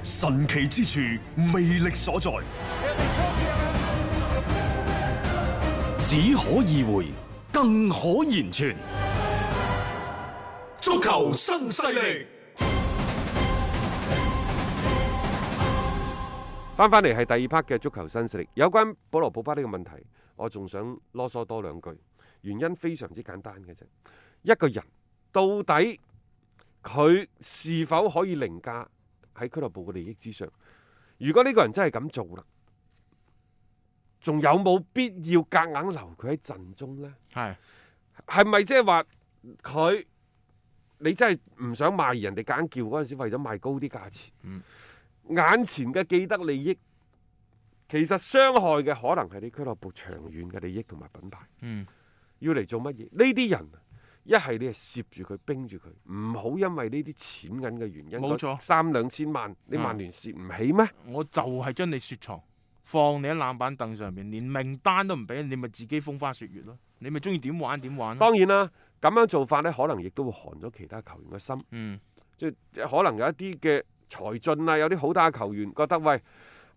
神奇之處，魅力所在，只可意會，更可言傳。足球新勢力，翻翻嚟係第二 part 嘅足球新勢力，有關保羅普巴呢個問題，我仲想囉嗦多兩句。原因非常之簡單嘅啫，一個人到底佢是否可以凌駕喺俱樂部嘅利益之上？如果呢個人真係咁做啦，仲有冇必要夾硬留佢喺陣中呢？係係咪即係話佢你真係唔想賣而人哋揀叫嗰陣時，為咗賣高啲價錢，嗯眼前嘅既得利益，其實傷害嘅可能係你俱樂部長遠嘅利益同埋品牌。嗯要嚟做乜嘢？呢啲人啊一係你係攝住佢、冰住佢，唔好因為呢啲錢銀嘅原因，冇錯嗰三兩千萬你嗯曼聯蝕唔起咩？我就係將你雪藏，放你喺冷板凳上面，連名單都唔俾，你咪自己風花雪月咯。你咪中意點玩點玩咯。當然啦，咁樣做法呢，可能亦都會寒咗其他球員嘅心。嗯，即係即係可能有一啲嘅才俊啊，有啲好打嘅球員覺得喂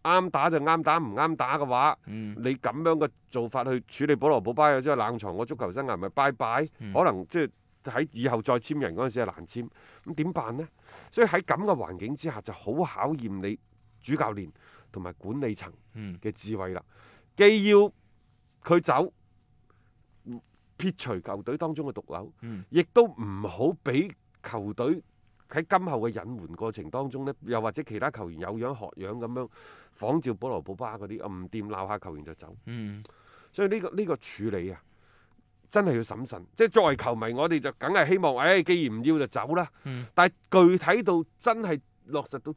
啱打就啱打，唔啱打嘅話，嗯你咁樣嘅做法去處理保羅保巴嘅，即係冷藏我足球生涯咪拜拜，嗯可能即係喺以後再簽人嗰陣時係難簽，咁點辦呢？所以喺咁嘅環境之下，就好考驗你主教練同埋管理層嗯嘅智慧啦。既要佢走，撇除球隊當中嘅毒瘤，嗯亦都唔好俾球隊喺今後嘅引援過程當中呢，又或者其他球員有樣學樣咁樣仿照保羅保巴嗰啲，啊唔掂鬧下球員就走。嗯，所以呢、個呢、個處理啊，真係要審慎。即係作為球迷，我哋就梗係希望，誒、既然唔要就走啦。嗯但係具體到真係落實到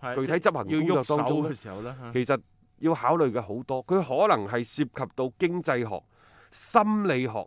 係具體執行要工喐作手當中嘅咧，時候咧，嚇其實要考慮嘅好多，佢可能係涉及到經濟學、心理學、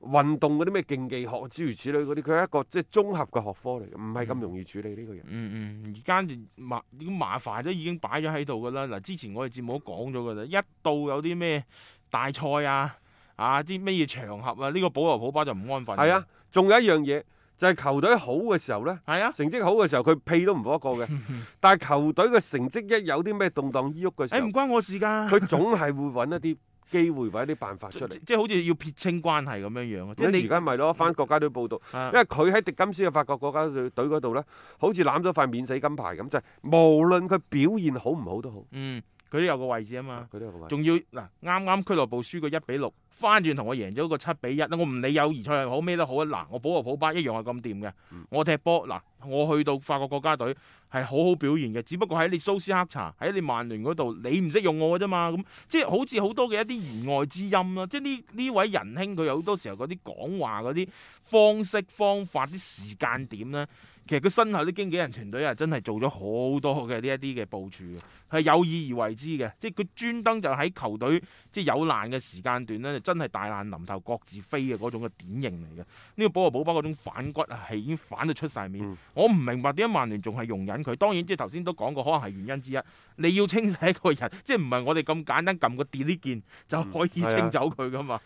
運動嗰啲咩競技學諸如此類嗰啲，佢係一個即係綜合嘅學科嚟，唔係咁容易處理呢個人。嗯嗯，而家就麻啲麻煩都已經擺咗喺度噶啦。嗱，之前我哋節目都講咗噶啦，一到有啲咩大賽啊啊啲咩嘢場合啊，呢、個保羅普巴就唔安分。係啊，，仲有一樣嘢就係球隊好嘅時候呢。係啊。成績好嘅時候，佢屁都唔 放過嘅。嗯但係球隊嘅成績一有啲咩動盪依喐嘅誒時哎唔候，關我事㗎。佢總係會揾一啲機會或者啲辦法出即嚟。即係好似要撇清關係咁樣樣啊！即係咁而你家咪咯，翻國家隊報道，啊因為佢喺迪金斯嘅法國國家隊隊嗰度呢，好似攬咗塊免死金牌咁，就係無論佢表現好唔好都好，嗯，佢都有個位置啊嘛，佢都有個位。仲要嗱啱啱俱樂部輸個一比六，翻轉同我贏咗個七比一，我唔理友誼賽又好咩都好啊！嗱，我保羅普巴一樣係咁掂嘅嗯，我踢波嗱，我去到法國國家隊係好好表現嘅，只不過喺你蘇斯克查喺你曼聯嗰度，你唔識用我嘅啫嘛，咁即係好似好多嘅一啲言外之音啦，即係呢呢位仁兄佢有好多時候嗰啲講話嗰啲方式方法啲時間點咧。其實佢身後啲經紀人團隊啊，真係做咗好多嘅呢一啲嘅部署啊嘅，係有意而為之嘅，即係佢專登就喺球隊即係有難嘅時間段咧，真係大難臨頭各自飛嘅嗰種嘅典型嚟嘅。呢、個保羅保巴嗰種反骨啊，係已經反到出晒面。嗯我唔明白點解曼聯仲係容忍佢。當然，即係頭先都講過，可能係原因之一。你要清洗一個人，即係唔係我哋咁簡單撳個 delete 鍵就可以嗯係啊清走佢噶嘛？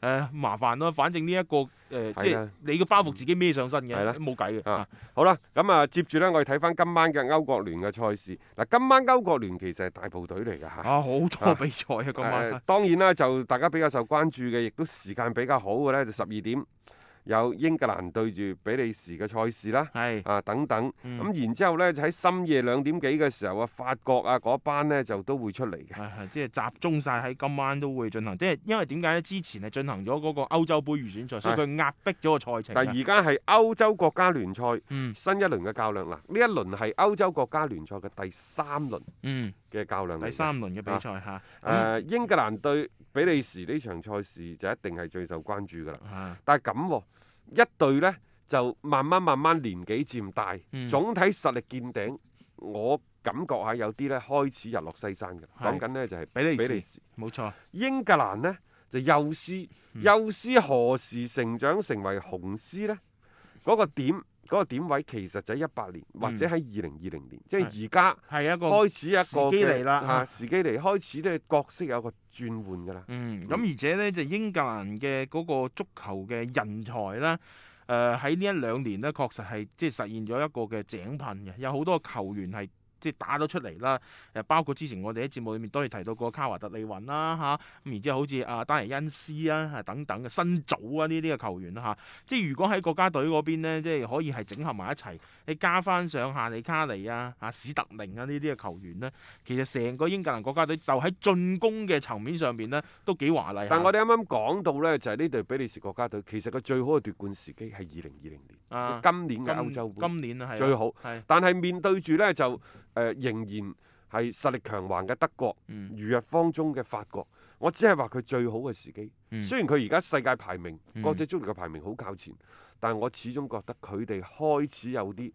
誒、麻煩咯，反正呢、一個誒、即係係啊你個包袱自己孭上身嘅係啦，冇計嘅。啊好啦，咁啊，接住呢，我哋睇翻今晚嘅歐國聯嘅賽事。嗱，今晚歐國聯其實係大部隊嚟㗎嚇。啊，好多比賽啊，今晚誒當然啦，就大家比較受關注嘅，亦都時間比較好嘅呢，就十二點有英格蘭對住比利時嘅賽事啦，係啊等等。咁、嗯然之後呢，就喺深夜兩點幾嘅時候啊，法國啊嗰班呢就都會出嚟嘅。係係，即係集中晒喺今晚都會進行，即係因為點解咧？之前係進行咗嗰個歐洲杯預選賽，所以係佢壓迫咗個賽程但啊。而家係歐洲國家聯賽嗯新一輪嘅較量啦，呢一輪係歐洲國家聯賽嘅第三輪嗯，啊嘅較量嚟嘅。第三嗯輪嘅比賽嚇，誒、英格蘭對比利時呢場賽事就一定係最受關注㗎啦。啊但係咁喎，一隊呢就慢慢慢慢年紀漸大，嗯總體實力見頂，我感覺啊，有啲咧開始日落西山嘅。係講緊呢就係比利時比利時、冇錯，英格蘭呢，就幼師，嗯幼師何時成長成為紅師呢？嗰、個點嗰、個點位其實就係一八年或者喺二零二零年，即係而家。嗯係一個開始一個時機嚟啦嘅啊，時機嚟開始咧角色有個轉換㗎啦。嗯，咁而且咧就英格蘭嘅嗰個足球嘅人才啦，誒呃喺呢一兩年咧，確實係即係實現咗一個嘅井噴嘅，有好多球員係。即係打咗出嚟啦，誒包括之前我哋喺節目裏面當然提到過卡華特利雲啦嚇，咁然之後好似啊丹尼恩斯啊啊等等嘅新組啊呢啲嘅球員啦嚇，即係如果喺國家隊嗰邊咧，即係可以係整合埋一齊，你加翻上夏利卡尼啊、啊史特寧啊呢啲嘅球員咧，其實成個英格蘭國家隊就喺進攻嘅層面上邊咧都幾華麗下。但我哋啱啱講到呢，就係呢隊比利時國家隊，其實佢最好嘅奪冠時機係二零二零年，啊今年今嘅歐洲杯。今年啊係最好係但係面對住呢，就誒、呃仍然係實力強橫嘅德國，嗯如日方中嘅法國，我只係話佢最好嘅時機。嗯雖然佢而家世界排名、嗯國際足聯嘅排名好靠前，但係我始終覺得佢哋開始有啲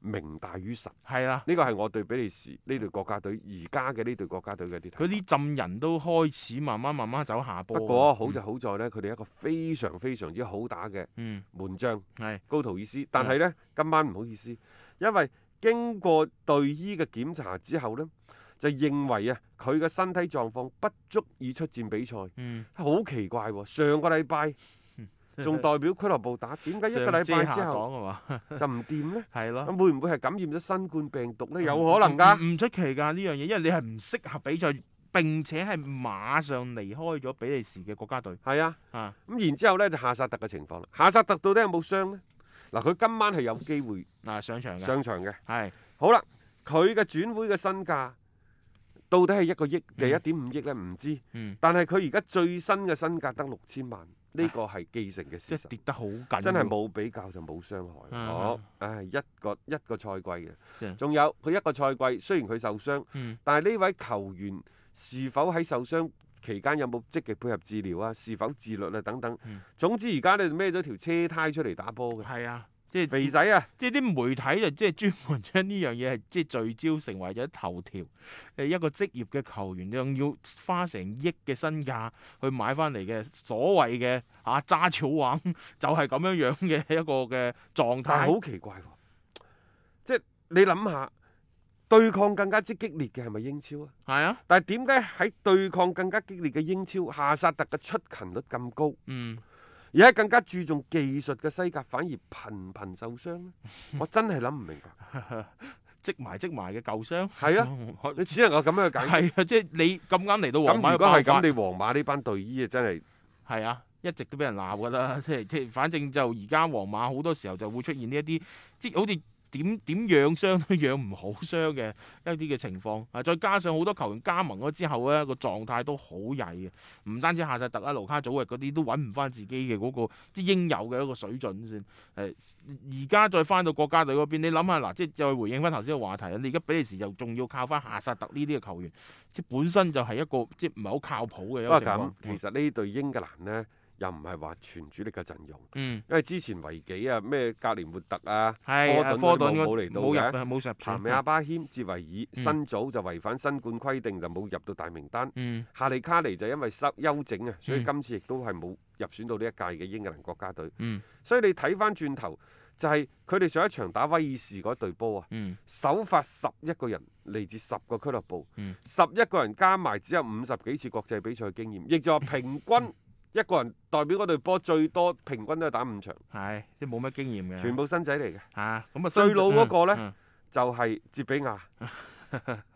名大於實。係啦，呢個係我對比利時呢隊國家隊而家嘅呢隊國家隊嘅啲睇法嗯佢啲浸人都開始慢慢慢慢走下坡啊。不過好就好在呢，佢哋一個非常非常之好打嘅嗯門將係高圖爾斯，但係呢，今晚唔好意思，因為經過隊醫嘅檢查之後呢，就認為啊佢嘅身體狀況不足以出戰比賽， 嗯好奇怪喎、上個禮拜仲代表俱樂部打，點解一個禮上遮拜之下 後講啊嘛，就唔掂呢？係咯。嗯咁會唔會係感染咗新冠病毒呢？有可能㗎。唔唔出奇㗎呢樣嘢，因為你係唔適合比賽，並且係馬上離開咗比利時嘅國家隊係啊。啊。咁然之後呢，就夏薩特嘅情況啦。夏薩特到底有冇傷呢？嗱，佢今晚係有機會嗱上場嘅上場嘅。係好啦，佢嘅轉會嘅身價到底係一個億定一點五億呢？唔知。嗯啊但係佢而家最新嘅身價得六千萬，呢個係既成嘅即事係實。跌得好緊，真係冇比較就冇傷害。嗯好，唉，一個一個賽季即嘅，係仲有佢一個賽季，雖然佢受傷，嗯但係呢位球員是否喺受傷期間有冇積極配合治療啊？是否自律啊？等等。嗯總之而家你就孭咗條車胎出嚟打波嘅係啊，即係肥仔啊！即係啲媒體就即係專門將呢樣嘢係即係聚焦成為咗頭條。誒一個職業嘅球員，仲要花成億嘅身價去買翻嚟嘅所謂嘅啊揸草王，就係咁樣樣嘅一個嘅狀但係態。好奇怪喎、即係你諗下，對抗更加之激烈嘅係咪英超啊？係啊，但係點解喺對抗更加激烈嘅英超，夏薩特嘅出勤率咁高，嗯，而喺更加注重技術嘅西甲反而頻頻受 傷呢？我真係諗唔明白。積埋積埋嘅舊傷。係啊，你只能夠咁樣去解釋。係啊，即係你咁啱嚟到咁皇馬如嘅果係爆咁，發，你皇馬呢班隊醫啊，真係係啊，一直都俾人鬧㗎啦。 即係即係，反正就而家皇馬好多時候就會出現呢一啲，即係好似點點養傷都養唔好傷嘅一啲嘅情況啊。再加上好多球員加盟咗之後咧，啊個狀態都好曳嘅，唔單止夏薩特啊、盧卡祖域嗰啲都揾唔翻自己嘅嗰、個即係應有嘅一個水準先。誒、而家再翻到國家隊嗰邊，你諗下嗱，即係再回應翻頭先嘅話題啊啦。你而家比利時又仲要靠翻夏薩特呢啲嘅球員，即係本身就係一個即係唔係好靠譜嘅一個不過情況嗯咁。。其實呢隊英格蘭呢，又唔係話全主力嘅陣容，嗯。因為之前維幾啊、咩格連活特啊、係啊科頓嗰嗰啲冇嚟到冇入嘅啊，冇入譚場美阿巴謙、哲維爾、嗯新組就違反新冠規定，就冇入到大名單。嗯夏利卡尼就因為收休整啊，所以嗯今次亦都係冇入選到呢一屆嘅英格蘭國家隊。嗯所以你睇翻轉頭，就係佢哋上一場打威爾士嗰隊波啊，嗯首發十一個人嚟自十個俱樂部嗯，十一個人加埋只有五十幾次國際比賽經驗，亦就話平嗯均 一個人代表嗰隊波最多平均都係打五場，係即係冇乜經驗嘅，全部新仔嚟嘅，嚇咁啊最老嗰個呢嗯就係哲比亞。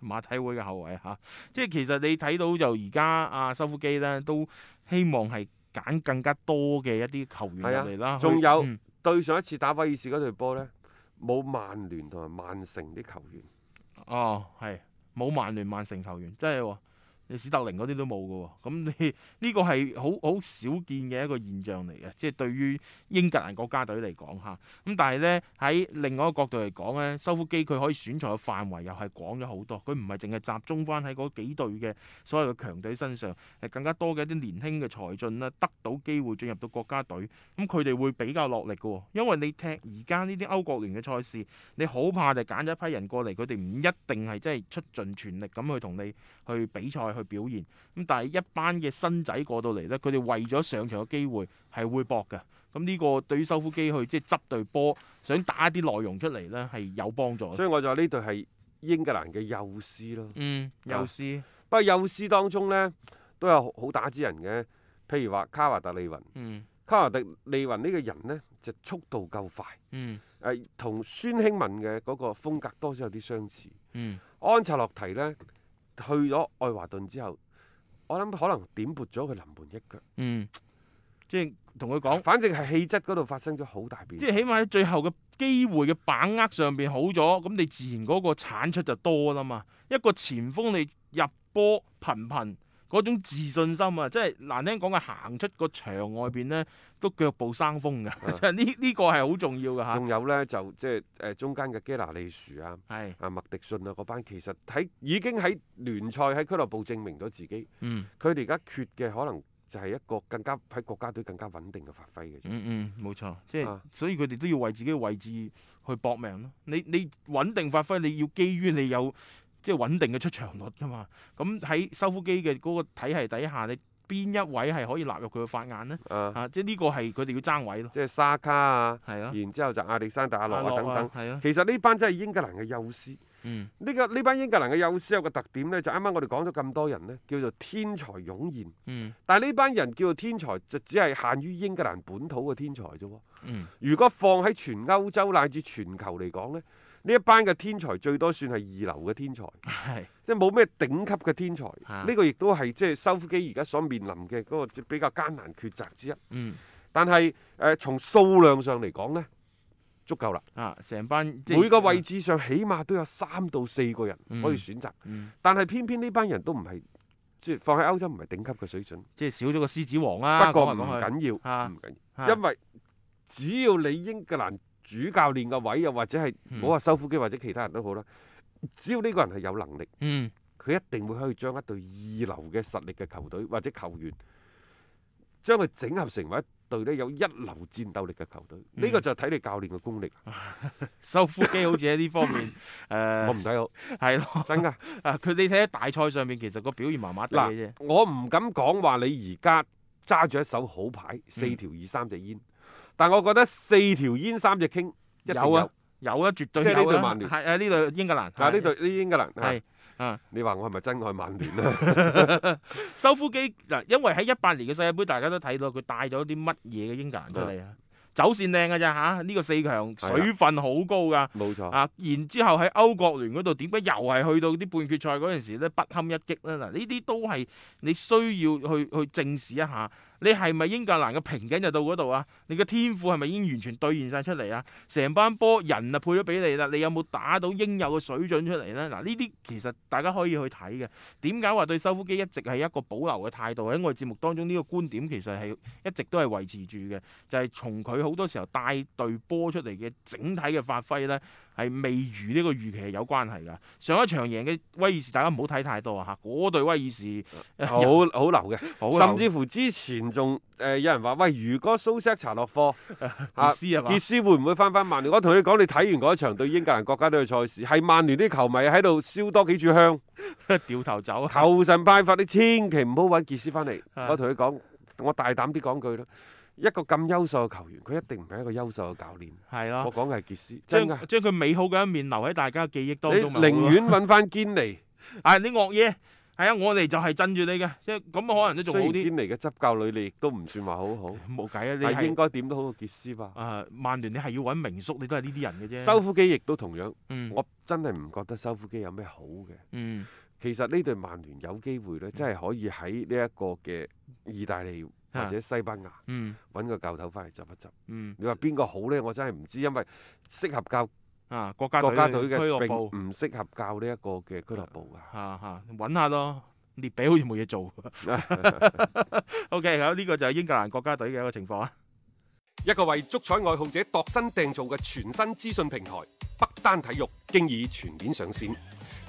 馬體會嘅後衞嚇、即係其實你睇到就而家阿修夫基咧都希望係揀更加多嘅一啲球員係啊入嚟啦，仲去有嗯對上一次打威爾士嗰隊波呢，冇曼聯同埋曼城啲球員，哦係冇曼聯曼城球員，真係喎你史特靈嗰啲都冇嘅喎。咁你 呢個係好好少見嘅一個現象嚟嘅，即係對於英格蘭國家隊嚟講嚇。咁但係呢，喺另外一個角度嚟講呢，修夫基佢可以選材嘅範圍又係廣咗好多，佢唔係淨係集中翻喺嗰幾隊嘅所謂嘅強隊身上，係更加多嘅一啲年輕嘅才俊啦，得到機會進入到國家隊，咁佢哋會比較落力嘅喎，因為你踢而家呢啲歐國聯嘅賽事，你好怕就揀咗一批人過嚟，佢哋唔一定係真係出盡全力咁去同你去比賽去表現，咁但係一班嘅新仔過到嚟呢，佢哋為咗上場嘅機會係會搏嘅。咁呢個對於修夫基去即係執對波，想打一啲內容出嚟呢，係有幫助嘅。所以我就話呢隊係英格蘭嘅幼師咯。嗯，有師，不過幼師當中呢，都有好好打之人嘅，譬如話卡華特利雲。嗯卡華特利雲呢個人呢，就速度夠快，嗯誒同孫興文嘅嗰個風格多少有啲相似。嗯安察洛提呢，去咗愛華頓之後，我諗可能點撥咗佢臨門一腳。嗯，即係同佢講，反正係氣質嗰度發生咗好大變即係化。起碼喺最後嘅機會嘅把握上邊好咗，咁你自然嗰個產出就多啦嘛。一個前鋒你入波頻頻。嗰種自信心啊，即係難聽講嘅行出個場外邊呢，都腳步生風㗎， 即係呢呢個係好重要㗎嚇。仲有呢，就即係誒中間嘅基拿利樹啊、係，啊麥迪遜啊嗰班，其實喺已經喺聯賽喺俱樂部證明咗自己。嗯佢哋而家缺嘅可能就係一個更加喺國家隊更加穩定嘅發揮嘅啫。嗯嗯，冇錯，即係、啊所以佢哋都要為自己嘅位置去搏命咯。你你穩定發揮，你要基於你有即係穩定嘅出場率噶嘛。咁喺修夫基嘅嗰個體系底下，你邊一位係可以納入佢嘅法眼呢？啊，啊，即係呢個係佢哋要爭位咯。即係沙卡啊，係啊，然之後就亞歷山大阿洛啊阿等洛等。係啊，其實呢班真係英格蘭嘅幼師。嗯呢、個呢班英格蘭嘅幼師有個特點呢，就啱啱我哋講咗咁多人呢，叫做天才湧現。嗯但係呢班人叫做天才，就只係限於英格蘭本土嘅天才啫喎。嗯，如果放喺全歐洲乃至全球嚟講呢，呢一班嘅天才最多算係二流嘅天才，係即係冇咩頂級嘅天才。呢、啊個亦都係即係修夫基而家所面臨嘅嗰個即係比較艱難抉擇之一。嗯但係誒、呃，從數量上嚟講呢，足夠啦。啊，成班即係每個位置上起碼都有三到四個人可以選擇，嗯但係偏偏呢班人都唔係即係放喺歐洲唔係頂級嘅水準。即係少咗個獅子王啦。不過啊講唔嚟講去緊要，啊唔緊啊要，因為只要你英格蘭主教練嘅位，又或者係嗯唔好話修夫基或者其他人都好啦，只要呢個人係有能力，嗯佢一定會可以將一隊二流嘅實力嘅球隊或者球員，將佢整合成為一隊咧有一流戰鬥力嘅球隊。呢、個嗯就睇你教練嘅功力，修夫基好似喺呢方 面我唔誒睇好，係咯。真㗎。啊！佢你睇喺大賽上面，其實個表現麻麻地嘅啫嗱。，我唔敢講話你而家揸住一手好牌，四條二三隻煙，但我覺得四條煙三隻傾一定有啊，有啊，絕對即係呢有隊啊。曼聯係啊，呢隊英格蘭。嗱呢隊隊呢英格蘭係係啊，你話我係咪真愛 曼聯啊？修夫基嗱，因為喺一八年嘅世界盃，大家都睇到佢帶咗啲乜嘢嘅英格蘭出嗯嚟啊。走線靚㗎咋嚇，呢個四強係啊水分好高㗎。 冇錯，啊，然之後喺歐國聯嗰度，點解又係去到啲半決賽嗰陣時咧不堪一擊咧？嗱，呢啲都係你需要去去正視一下，你係咪英格蘭嘅瓶頸就到嗰度啊？你嘅天賦係咪已經完全兌現晒出嚟啊？成班波人啊配咗俾你啦，你有冇打到應有嘅水準出嚟呢？嗱，呢啲其實大家可以去睇嘅。點解話對修夫基一直係一個保留嘅態度？喺我哋節目當中呢個觀點其實係一直都係維持住嘅，就係從佢好多時候帶隊波出嚟嘅整體嘅發揮呢。係未如呢個預期係有關係㗎。上一場贏嘅威爾士，大家唔好睇太多啊嚇。嗰隊威爾士哦好 dạ. 好啊流好嘅，甚至乎之前仲誒有人話喂，如果蘇斯克查落課，傑斯係嘛傑？斯會唔會翻返曼聯？我同你講，你睇完嗰一場對英格蘭國家隊嘅賽事，係曼聯啲球迷喺度燒多幾 炷香。掉頭走啊！求神拜佛，你千祈唔好揾傑斯翻嚟。啊我同佢講，我大膽啲講句啦，一個咁優秀嘅球員，佢一定唔係一個優秀嘅教練。係咯我，講嘅係傑斯，真將㗎。將佢美好嘅一面留喺大家嘅記憶當你中咪好咯。寧願揾翻堅尼，啊，你惡嘢係啊，我哋就係鎮住你嘅，即係咁啊可能都仲雖好然堅啲。尼嘅執教履歷亦都唔算話好好，冇計啊，你但係應係該點都好過傑斯吧。啊，曼聯你係要揾名宿，你都係呢啲人嘅啫。修夫基亦都同樣，嗯我真係唔覺得修夫基有咩好嘅。嗯其實呢隊曼聯有機會呢，真係可以喺呢一個嘅意大利或者西班牙嗯揾個教頭翻嚟執一執。嗯你話邊個好呢？我真係唔知，因為適合教啊，國家國家隊俱樂嘅並部啊唔適合教呢一個嘅俱樂部㗎。嚇嚇揾下咯。列比好似冇嘢 做。OK，咁呢個就係英格蘭國家隊嘅一個情況啊。一個為足彩愛好者度身訂造嘅全新資訊平台北單體育，經已全面上線。